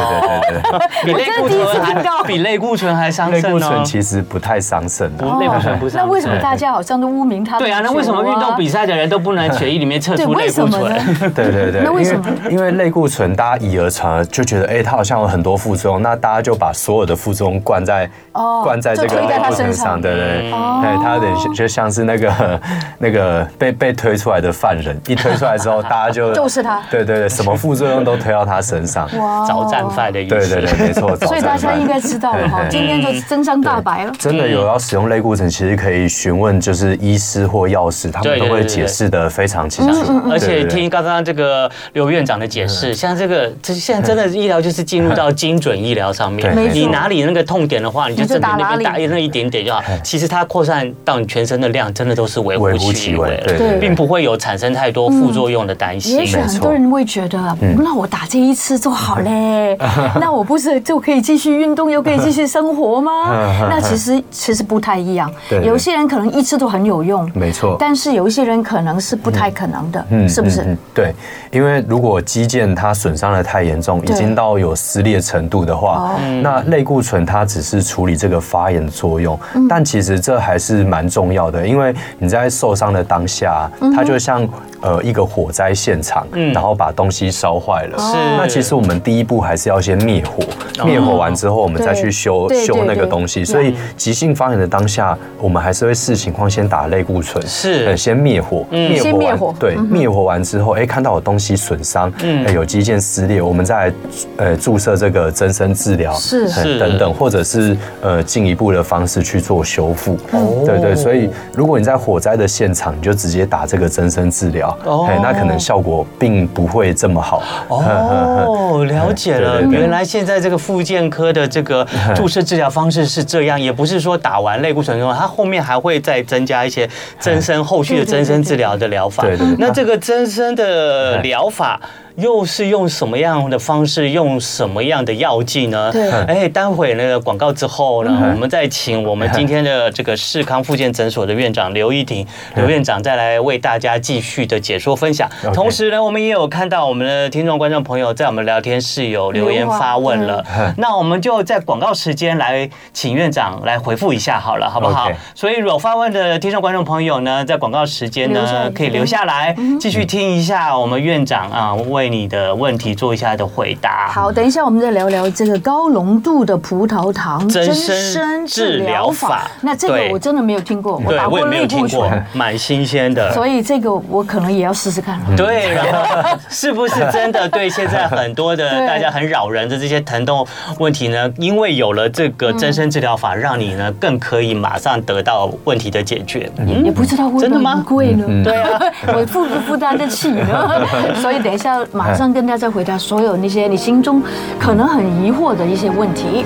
*laughs*
对对
比
对。
类固
我真的第一
醇
次听
还
到
比类固醇还伤
类
肾
固
哦
醇。其实不太伤啊肾
*laughs*
的，
不，类固醇不伤。
哦那为什么大家好像都污名他？
对啊，那为什么运动比？赛的人都不
*laughs*
能血液里面测
对，
出
为
类
什
固
么呢？
醇？
对对对，
那为什么
*laughs* 因为因为类固醇大家以讹传讹，就觉得哎、它好像有很多副作用，那大家就把所有的副作用灌在、
哦
灌在这
就
个
推在
类
它
固醇
身上
上，对对对，
哦
对，它有点像就像是那个那个被被推出来的犯人，一推出来
*laughs*
之后，大家就
就是它
对对对，什么副作用都推到他身上，
哇
*laughs* 早战犯的意思。
对对对，没错，早
所以
餐
大家
饭
应该知道了哈，
*laughs* 对对
今天
嗯
就真相大白了。
真的有要使用类固醇，其实可以询问就是医师或药师，他
对
们
对
都
对
会
对
解释的非常
嗯
清楚。
*laughs* 而且
对嗯对对
听刚刚这个刘院长的解释，像这个，这现在真的医疗就是进入到精准医疗上面
对没。错
你哪里那个痛点的话，你就
你就
针对
打
那边
哪
打
里
那一点点就好。其实它扩散到你全身的量，真的都是微乎
微乎
其
其
微
微，对
对对
并不会有产生太多副作用的担心
也。许很
错
多人会觉得，
嗯
那我打这一次就好
*laughs*
嘞，那我不是就可以继续运动，又可以继续生活
*laughs*
吗？那其实其实不太一样
对，对
有些人可能一次都很有用，
没错
但是有一些人可能是不太可能
嗯
的，是不是？
对，因为如果肌腱它损伤的太严重，已
对
经到有撕裂程度的话
哦，
嗯
那类固醇它只是处理这个发炎作用，
嗯
但其实这还是蛮重要的，因为你在受伤的当下，啊
嗯
它就像呃一个火灾现场，然后把东西烧坏了。
嗯是哦
那其实我们第一步还是要先灭火，灭火完之后，我们再去修
对对
修那
对
个东西。
对
所以急性发炎的当下，我们还是会视情况先打类固醇，
是嗯
呃先灭火，灭
先
火
灭
完
火嗯
对，灭火完之后，哎，看到有东西损伤，
嗯
哎有肌腱撕裂，我们再来呃注射这个增生治疗，
是
哎
是
等等，或者是呃进一步的方式去做修复。
哦
对对，所以如果你在火灾的现场，你就直接打这个增生治疗，
哦
哎，那可能效果并不会这么好。
哦，
*laughs*
了解了，
对对对
原来现在这个复健科的这
*laughs*
个注射治疗方式是这样，也不是说打完类固醇之后，它后面还会再增加一些增生后续的增生治疗的疗法。
对对对
那这个增生的疗法。又是用什么样的方式，用什么样的药剂呢？
对
哎，待会那个广告之后呢，我们再请我们今天的这个世康复健诊所的院长刘一婷刘院长再来为大家继续的解说分享。
OK
同时呢，我们也有看到我们的听众观众朋友在我们聊天室有留言
留话
发问了， *laughs* 那我们就在广告时间来请院长来回复一下好了，好不好
OK？
所以有发问的听众观众朋友呢，在广告时间
留下
呢
来
可以留下来，继续听一下我们院长啊为对你的问题做一下的回答。
好，等一下我们再聊聊这个高浓度的葡萄糖
增
生
生
治
治
疗
疗
法
法。
那这个
对
我真的没有听过，我
对
打
我
过
也没有
类
听
固
过
醇，，
蛮新鲜 *laughs* 的。
所以这个我可能也要试试看了。
对，然后是不是真的对现在很
*laughs*
多
对
的大家很扰人的这些疼痛问题呢？因为有了这个增生治疗法，让你呢更可以马上得到问题的解决。
也不知道会
嗯真
不
的
会
吗
很贵呢？
嗯嗯
对啊， *laughs* 我负不负担得起呢？
*laughs*
所以等一下马上跟大家回答所有那些你心中可能很疑惑的一些问题。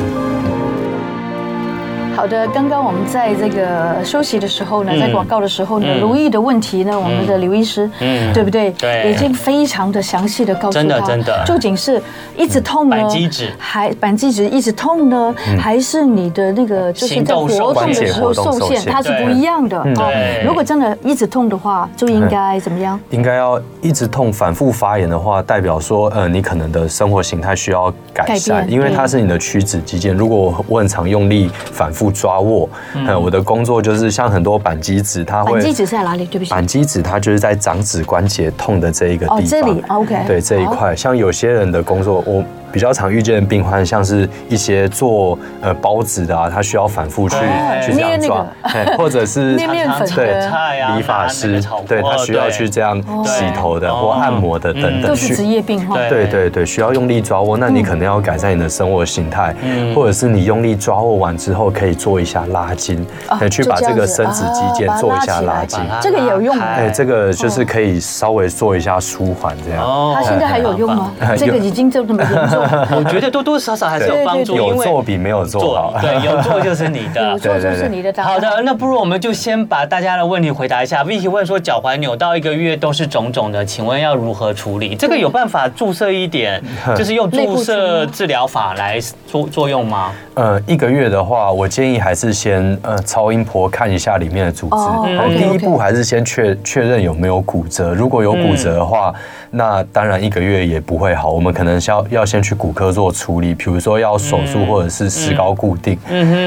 好的，刚刚我们在这个休息的时候呢，
嗯
在广告的时候呢，
嗯
如意的问题呢，我们的刘医师，
嗯
对不对？
对
已经非常的详细的告诉他，
真的真的
究竟是一直痛呢，
扳机指
还扳机指一直痛呢，还是你的那个就是
行
在
动受
活动的
限
时候
关节活动
受
受
限，
限
它是不一样的哦
对。
如果真的一直痛的话，就应该怎么样？
应该要一直痛、反复发炎的话，代表说，呃，你可能的生活形态需要改
改
善，
变
因为它是你的屈指肌腱。如果我很常用力反复抓握，呃，我的工作就是像很多扳机指，它
嗯扳
会
机指在哪里？对不起，
扳机指它就是在掌指关节痛的这一个地方。
哦这里，OK
对这一
好
块，像有些人的工作，我比较常遇见的病患，像是一些做呃包子的啊，他需要反复去
哦
去这
捏
样
那
抓，嘿或者是
*laughs* 捏面粉
对
的
菜啊
理发
拿那
师
个炒，
对
锅
他需要去这样洗头的
对
或按摩的
嗯
等等
哦都是职
去。
业嗯病哈。
对
对对对，需要用力抓握，那你可能要改善你的生活形态，
嗯
或者是你用力抓握完之后，可以做一下拉筋，呃去把这个
哦就这
伸
样
直
子
肌
啊把
腱
它
做一
拉
下
起来
拉筋。
把它
这个也有用
拉开
哎，这个就是可以稍微做一下舒缓这样。
嗯
哦
它现在还有用吗？这个已经就这么严重了，
我觉得多多少少还是有帮助，
对
因
有
为
做比没有做
做
好。
对有做就是你
*laughs*
的
有。错就是你的答案。
好的，那不如我们就先把大家的问题回答一下。Vicky 问说，脚踝扭到一个月都是肿肿的，请问要如何处理？这个有办法注射一点，就是用
内固醇
注射
吗
治疗法来作作用吗？
呃，一个月的话，我建议还是先呃超音波看一下里面的组织。
哦
呃
OK，OK
第一步还是先确确认有没有骨折，如果有骨折的话，
嗯
那当然一个月也不会好，我们可能要要先去骨科做处理，比如说要手
嗯
术或者是石膏固定。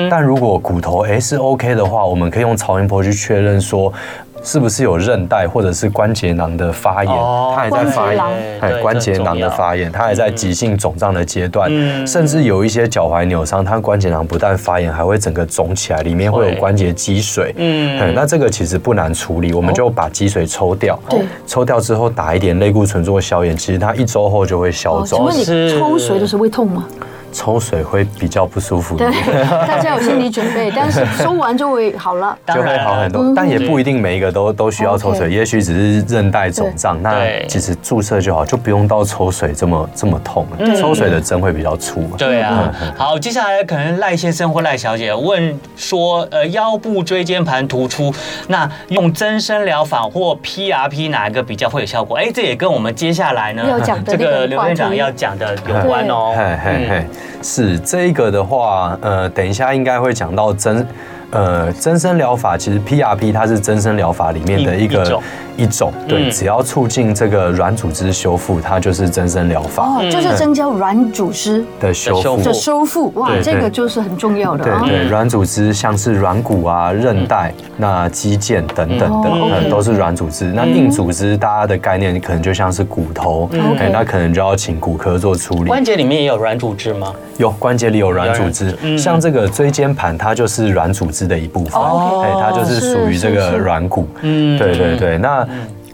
但如果骨头诶是 OK 的话，我们可以用超音波去确认说。是不是有韧带或者是关节囊的发炎？
哦
它也在发炎
关节
囊，
哎
对
关节
这很
囊
重要
的发炎，它也在急性肿胀的阶段，
嗯
甚至有一些脚踝扭伤，它关节囊不但发炎，还会整个肿起来，里面会有
会
关节积水。
嗯
嗯，那这个其实不难处理，我们就把积水抽掉。
哦
对
抽掉之后打一点类固醇做消炎，其实它一周后就会消
哦请
肿
问。你
是
抽水的时候会痛吗？
抽水会比较不舒服一
对
点，，
大家有心理准备，但是抽完就会好了。
就
当
会
然啊嗯
好很多，但也不一定每一个都都需要抽
OK
水，也许只是韧带肿胀，那
对
其实注射就好，就不用到抽水这么这么痛了。
嗯
抽水的针会比较粗嘛。
对啊，好，接下来可能赖先生或赖小姐问说，呃，腰部椎间盘突出，那用增生疗法或 PRP 哪一个比较会有效果？哎，这也跟我们接下来呢
要讲的那
这
个
个刘院
话
长
题
要讲的有关哦。
嘿嘿嘿，是这个的话，呃，等一下应该会讲到增，呃，增生疗法其实 PRP 它是增生疗法里面的
一
一个
一种
一种对，
嗯
只要促进这个软组织修复，它就是增生疗法
哦，就是增加软组织
的修
修
复。
复
的修复，哇，
对
这个
对
就是很重要的
对
啊。
对，软组织像是软骨啊、韧带、那肌腱等等的，
嗯哦，OK
嗯，都是软组织。那硬组织大家的概念可能就像是骨头，
嗯 OK
哎，那可能就要请骨科做处理。
关节里面也有软组织吗？
有关节里有嗯软组织，像这个椎间盘，它就是软组织的一部分，
哦
哎，它就是属于这
是是
个
是
软骨。
嗯
对对对，那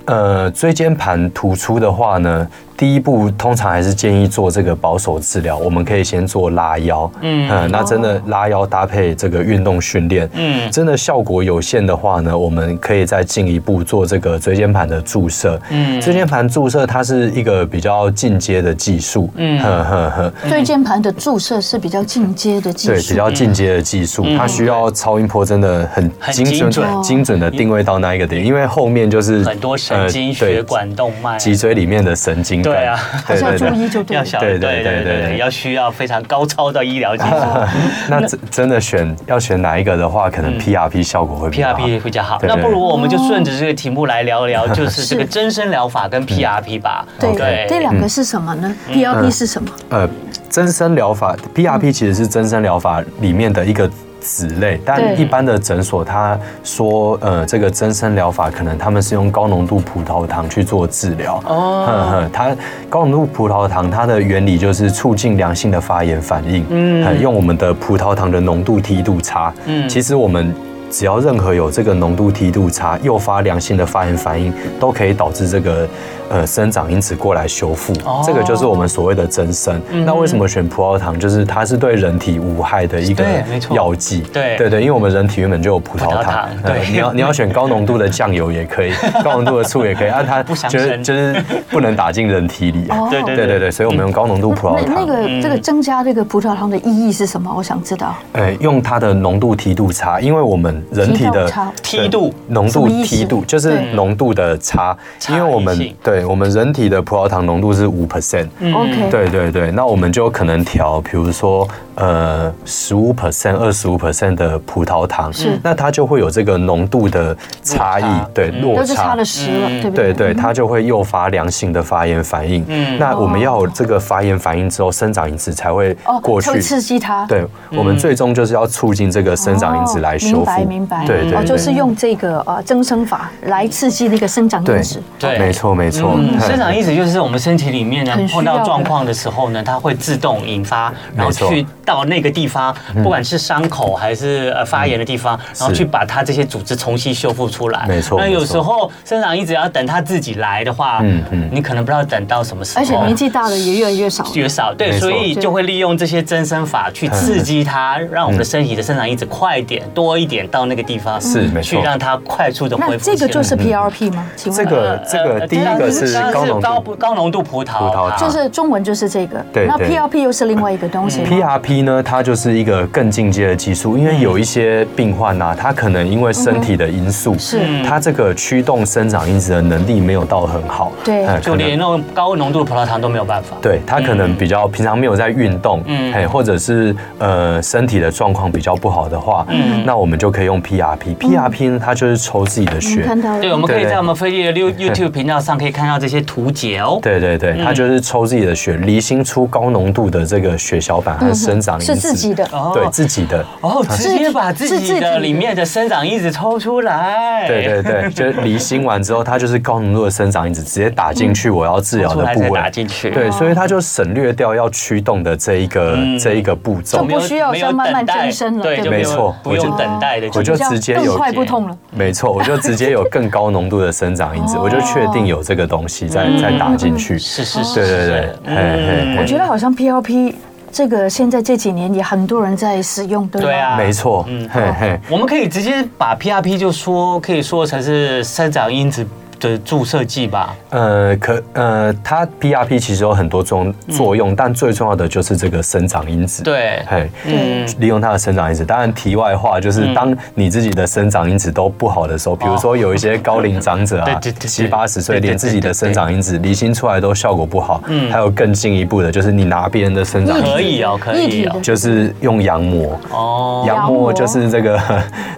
呃，椎间盘突出的话呢，第一步通常还是建议做这个保守治疗，我们可以先做拉腰，嗯、那真的拉腰搭配这个运动训练，
嗯
嗯，真的效果有限的话呢，我们可以再进一步做这个椎间盘的注射，
嗯
嗯，椎间盘注射它是一个比较进阶的技术，嗯，呵呵呵，
椎间盘的注射是比较进阶的技
对，
术
比，较进阶的技术，它需要超音波真的很
嗯很
精
精
准、
准嗯
精准的定位到那一个点，因为后面就是
*laughs* 很多神经、
呃
血
对
管、动脉啊，
脊椎里面的神经根
对啊
还是要注
对
意就对
要
了。
小
对对
对对
对
对
对
对，
对
要需要非常高超的医疗技术。
*laughs* 那真真的选要选哪一个的话，
嗯
可能 PRP 效果会比较好。
PRP 比较好，
对
那
对
不如我们就顺着这个题目来聊聊，就是这个增生疗法跟 PRP 吧。
对，这两个是什么呢？PRP 是什么？
嗯呃，增生疗法 PRP 其实是增生疗法里面的一个子类，但
对
一般的诊所他说，呃，这个增生疗法可能他们是用高浓度葡萄糖去做治疗。
哦
哦，呵呵，它高浓度葡萄糖它的原理就是促进良性的发炎反应。嗯，用我们的葡萄糖的浓度梯度差。嗯，其实我们。只要任何有这个浓度梯度差，诱发良性的发炎反应，都可以导致这个呃生长因子过来修复。
哦
这个就是我们所谓的增生。
嗯
那为什么选葡萄糖？就是它是对人体无害的一个
对没错
药剂。
对
对对，因为我们人体原本就有葡萄
葡萄
糖。
糖
呃
对
你要你要选高浓度的酱油
*laughs*
也可以，高浓度的醋也可以，啊，它
不伤
就是
身
就是不能打进人体里。啊
哦
*laughs* 对对
对对对，所以我们用高浓度葡萄
那那
糖，
嗯
个这个增加这个葡萄糖的意义是什么？我想知道。
呃，用它的浓度梯度差，因为我们人体
梯度
的
差
梯度
浓
什么
度
意思
梯度就是
对
浓度的差，
差
因为我
异
们
性
对我们人体的葡萄糖浓度是五 percent，
嗯
OK，
对对对，那我们就可能调，比如说呃十五 percent、二十五 percent 的葡萄糖，
是
那它就会有这个浓度的差异，
落差
对落
嗯都是差
差
了。十嗯了，对不对？
对对，它就会诱发良性的发炎反应。
嗯
嗯，那我们要有这个发炎反应之后，生长因子才会
哦，
过
它会
去。
刺激它。
对，
嗯
我们最终就是要促进这个生长因子来修
明白
复。
明白，
对对
哦，
对，
就是用这个呃增生法来刺激那个生长因
对
子。
对
没错没错。
嗯，
*laughs* 嘿
生长因子就是我们身体里面呢
很需要
碰到状况的时候呢，它会自动引发，然后
没错嗯
去到那个地方，不管是伤口还是呃发炎的地方，然后去把它这些组织重新修复出来。
没错
那
没错
有时候生长因子要等它自己来的话，
嗯嗯哦
你可能不知道等到什么时候。
而且年纪大了也越来越少了。
越少，对，
没错嗯
所以就会利用这些增生法去刺激它，让我们的身体的生长因子快一点、多一点到那个地方，
是没
去
错
让它快速的恢
那
复。
这个就是 PRP 吗？请问
呃
嗯这个啊这个第一个是高浓
高
度
高浓度葡萄
葡萄糖
就是中文就是这个，
对
那
对嗯
PRP 又是另外一个东西吗。
PRP 呢，它就是一个更进阶的技术，因为有一些病患啊，他可能因为身体的因素，
嗯是
他这个驱动生长因子的能力没有到很好，
对
嗯
就
可能
连那种高浓度的葡萄糖都没有办法。
对他可能比较平常没有在运动，
嗯
哎，或者是呃身体的状况比较不好的话，
嗯
那我们就可以用 PRP。PRP 呢，它就是抽自己
我
的
们
血，
嗯看到了
对，我们可以
对
在我们飞利
*laughs*
的 You- YouTube 频道上可以看到这些图解哦。
对对对，它就是抽自己的血，离心出高浓度的这个血小板和生长因子，
嗯是自己的
哦
对自己的。
哦，直接把
自
自
己是自
己
己
的里面的生长因子抽出来。 *laughs*
对对对，就是离心完之后，它就是高浓度的生长因子直接打进去我要治疗
抽出
的
来
部
再
位
打。进去。
对，所以它就省略掉要驱动的这一个、这一个步骤
就不。需要
没有
再慢慢
等待
增生了
对，
对
就
不对
没有
没错
不用等待的，
我就
比较
直接
更
有
快不痛了。
没错，我就直接有更高浓度的生长因子，
哦
我就确定有这个东西再再打进去。
是是是，
对对
是
对
是，
嘿嘿
我
嘿
觉得好像 PRP 这个现在这几年也很多人在使用，对吧？
对啊，
没错，嘿嘿，
我们可以直接把 PRP 就说可以说成是生长因子的注射剂吧。
呃，可呃，它 PRP 其实有很多种作用，但最重要的就是这个生长因子。，
对，嗯
嘿，
对，
利用它的生长因子。当然，题外话就是，当你自己的生长因子都不好的时候，比如说有一些高龄长者
对对
啊
对对，对
七八十岁，
对对对
连自己的生长因子离心出来都效果不好。还有更进一步的，就是你拿别人的生长因
可
子，
以哦，可
一体
以
啊
哦
的，
就是用羊膜。
哦，
羊
羊膜
膜就是这个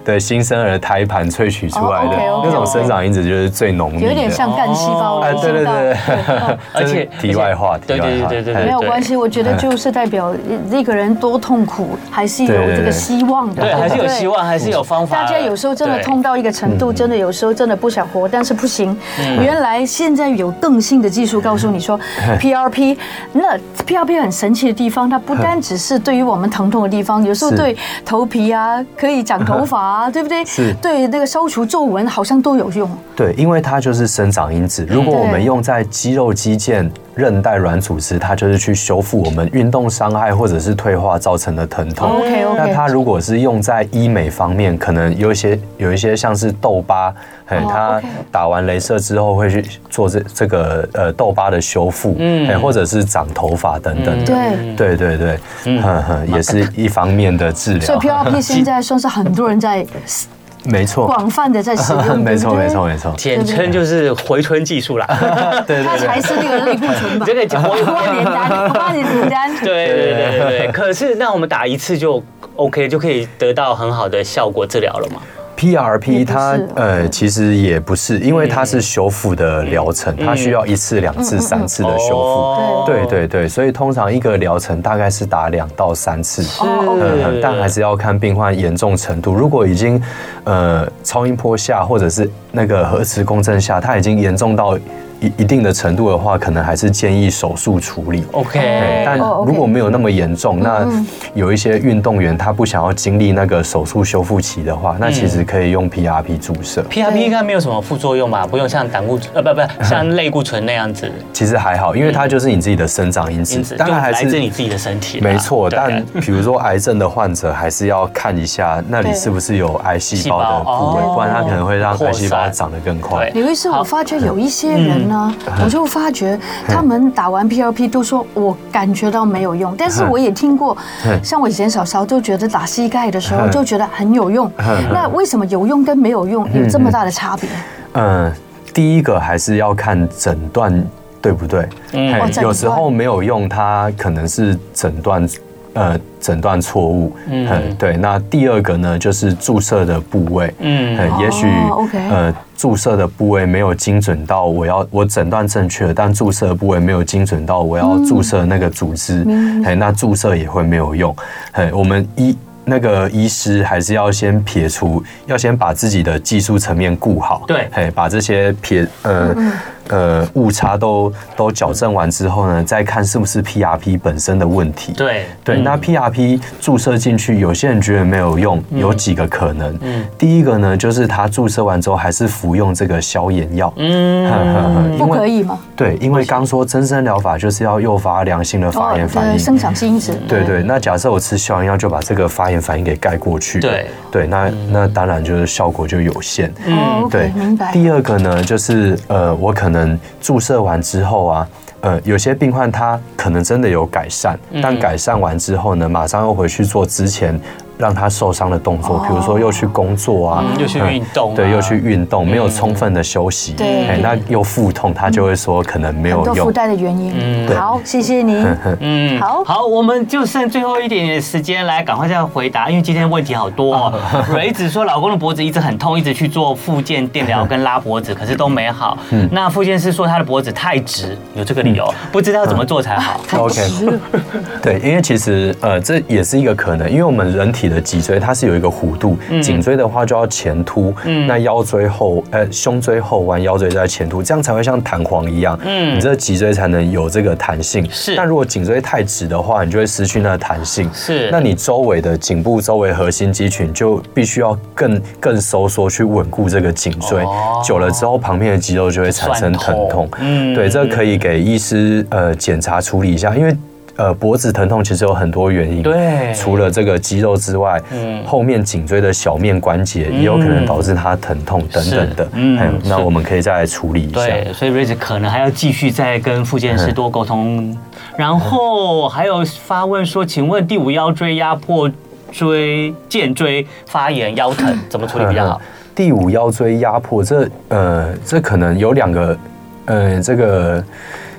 对新生儿胎盘萃取出来的
哦，OK，OK，OK
那种生长因子就是最浓密的。
有点像干细胞
哎，
了，
对对
知道哦
对，
而
这是
且
题外话，
对
题外话
对对对对
嘿
没有关系，我觉得
哎
就是代表一个人多痛苦，还是有
对对
这个
对
希望的，
对，还是有
不对
希。望，还是有方法
大
的。
家有时候真的
对
痛到一个程度，真的有时候真的不想活，但是不行。
嗯
原来现在有更新的技术告诉你说 *laughs* ，PRP，那 PRP 很神奇的地方，它不单只是对于我们疼痛的地方，有时候
是
对头皮啊，可以长头发啊，对不对？
*laughs* 是
对那个消除皱纹好像都有用。
对，因为它就是生长因子。
嗯
如果我们用在肌肉、肌腱、韧带、软组织，它就是去修复我们运动伤害或者是退化造成的疼痛。
OK
哦那
OK，
它如果是用在医美方面，可能有一些有一些像是痘疤，哎、
哦
它
OK
打完镭射之后会去做这这个呃痘疤的修复，嗯、或者是长头发等等的。
嗯对。
对对对，嗯哼，也是一方面的治
所以
疗， *laughs*
PRP 现在算是很多人在
没错，
广泛的在使用，
*laughs* 没错
对不对
没错，没错，
简称就是回春技术啦。 *laughs*
对
它
对
才
对，
是那个类固醇
*laughs*
吧？
真的我
我 *laughs* 帮你单，我帮你简单。
对对对对对，可是那我们打一次就 OK，就可以得到很好的效果治疗了嘛？
PRP
也不是
它
哦
呃其实也不是，因为它是修复的疗程，
嗯
它需要一次、两次、三次的修复。
哦
对对对，所以通常一个疗程大概是打两到三次。
哦
嗯，但还是要看病患严重程度。如果已经呃超音波下或者是那个核磁共振下，它已经严重到一一定的程度的话，可能还是建议手术处理。
哎 OK，嗯
对，但
哦，OK
如果没有那么严重，那有一些运动员他不想要经历那个手术修复期的话，那其
嗯
实可以用 PRP 注射，
PRP 应该没有什么副作用吧？不用像胆固醇呃不
*laughs*
不像类固醇那样子，
其实还好，因为它就是你自己的生长因
因
子，
此
当
就
然还
来自
是
你自己的身体啦。
没错，
对不对
但比如说癌症的患者，还是要看一下那里是不是有癌细胞的部
细胞
位，
哦
不然它可能会让
扩
癌
散
细胞长得更快
对。
李律师，我发觉有一些人呢，
嗯
我就发觉他们打完 PRP 都说我感觉到没有
嗯
用，但是我也听过，像我以前小时候就觉得打膝盖的时候
嗯
就觉得很有用，那为什么有用跟没有用有这么大的差别？
嗯，第一个还是要看诊断对不对。
嗯
嘿
哦诊断
有时候没有用，它可能是诊断。呃，诊断错误，
嗯
嗯，对。那第二个呢，就是注射的部位，
嗯
嗯，也许
哦，OK
呃，注射的部位没有精准到我要我诊断正确，但注射的部位没有精准到我要注射那个组织，哎，那注射也会没有用，哎，我们医那个医师还是要先撇除，要先把自己的技术层面顾好，
对
哎，把这些撇
嗯
呃呃误差都都矫正完之后呢，再看是不是 PRP 本身的问题，
对
对，
嗯
那 PRP 注射进去，有些人觉得没有用，有几个可能。
嗯
第一个呢，就是他注射完之后还是服用这个消炎药。呵呵
嗯，
呵
不
因
可
为
以吗？
*laughs* 对，因为刚说增生疗法就是要诱发良性的
哦
发炎反
对哦
应。
呃生长性因哦子，
对
嗯
对，那假设我吃消炎药就把这个发炎反应给盖过去。
对嗯
对，那那当然就是效果就有限。
哦
嗯对
，OK，明白。
第二个呢，就是呃，我可能注射完之后啊，呃，有些病患他可能真的有改善，
嗯
但改善完之后呢，马上又回去做之前让他受伤的动作，比如说又去工作啊，
嗯又去运动啊嗯
对，又去运动，没有充分的休息，
对
哎那又腹痛，他就会说可能
很
没有
多
用
附，带的原因。好，谢谢您。
嗯，
哦
好
好，我们就剩最后一点点时间来，赶快再回答，因为今天问题好多
*laughs*
哦。蕊子说，老公的脖子一直很痛，一直去做复健电疗跟拉脖子，可是都没好。
嗯
那复健师说他的脖子太直，有这个理由，不知道怎么做才
*laughs*
好。
OK，对，因为其实呃，这也是一个可能，因为我们人体的脊椎它是有一个弧度，
嗯
颈椎的话就要前凸，那腰椎后呃胸椎后弯，腰椎在前凸，这样才会像弹簧一样，
嗯
你这个脊椎才能有这个弹性。
是
但如果颈椎太直的话，你就会失去那个弹性。
是
那你周围的颈部周围核心肌群就必须要更更收缩去稳固这个颈椎，
哦
久了之后旁边的肌肉就会产
酸
生疼
痛
痛。
嗯
对，这个可以给医师呃检查处理一下，因为。呃，脖子疼痛其实有很多原因，
对
除了这个肌肉之外，
嗯
后面颈椎的小面关节也有可能导致它疼痛等等的
是，嗯
哎那
是
我们可以再来处理一下。
对，所以瑞子可能还要继续再跟复健师多沟通，然
嗯
后还有发问说，请问第五腰椎压迫椎荐椎发炎腰疼怎么处理比较好？
第五腰椎压迫，这呃，这可能有两个，呃，这个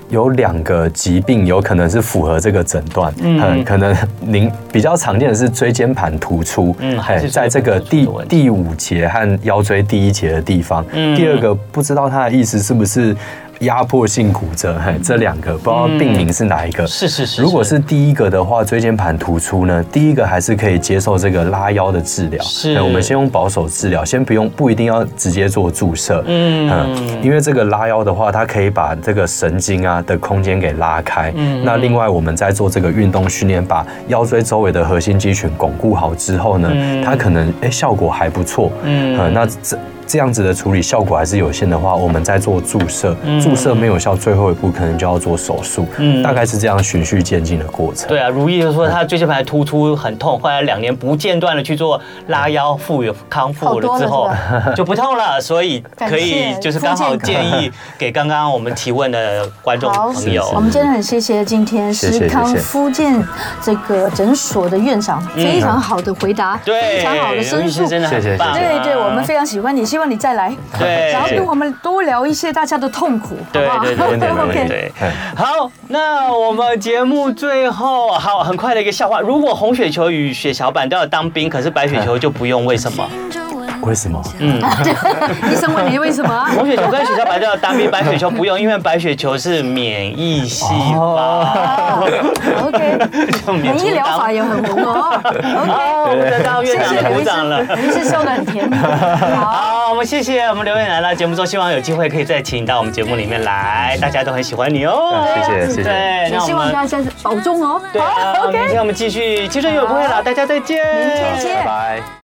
有两个疾病有可能是符合这个诊断，
嗯
嗯、可能您比较常见的是椎间盘突出，
嗯
嗯，
还是
在这个
椎间盘
第
突出的问题
第五节和腰椎第一节的地方，
嗯
第二个不知道它的意思是不是压迫性骨折，嘿，这两个不知道病名是哪一个，
是是是，
如果是第一个的话，椎间盘突出呢，第一个还是可以接受这个拉腰的治疗。
是
哎我们先用保守治疗，先不用不一定要直接做注射。
嗯
啊因为这个拉腰的话，它可以把这个神经啊的空间给拉开。
嗯
那另外我们在做这个运动训练，把腰椎周围的核心肌群巩固好之后呢，
嗯
它可能哎、效果还不错。
嗯
呃那这。这样子的处理效果还是有限的话，我们再做注射，注射没有效，最后一步可能就要做手术，
嗯
大概是这样循序渐进的过程。
对啊，如意就说她椎间盘突出很痛，后来两年不间断的去做拉腰复原康复了之后
好多了
*laughs* 就不痛了，所以
感谢
可以就是刚好
复健
建议给刚刚我们提问的观众
好，
朋友
我。们今天很谢谢今天
谢谢
石康
谢谢
福建这个诊所的院长，非常好的回答，
对，
非常好的
如
申
意
述
是。真的
谢谢
很
谢
棒啊。
对对，我们非常喜欢你，希望你再来，
对
然后跟我们多聊一些大家的痛苦，好
对
不好？
对对
没问题
OK
没
*laughs*
问题。
对
嗯
好，那我们节目最后，好，很快的一个笑话。如果红雪球与血小板都要当兵，可是白雪球就不用，为什么？
听着温
为什么？
嗯
医生问你为什
*laughs*
么？
*laughs*
啊
红血球跟血小板都要当兵，白血球不用，因为白血球是免疫细胞，
OK，
就免
免疫疗法也很红哦。
哦，我们的大院
谢谢
长鼓掌了。
你是笑得很甜蜜。
*laughs*
好，
*laughs* 好，我们谢谢我们刘院来了节目中，希望有机会可以再请你到我们节目里面来，大家都很喜欢你哦。
嗯谢谢谢谢。
对，
也
那我
希望
们
大家保重哦。
对，
好
那明
，OK，
天我们继续青春有约会了，大家再见，
明天见。
拜。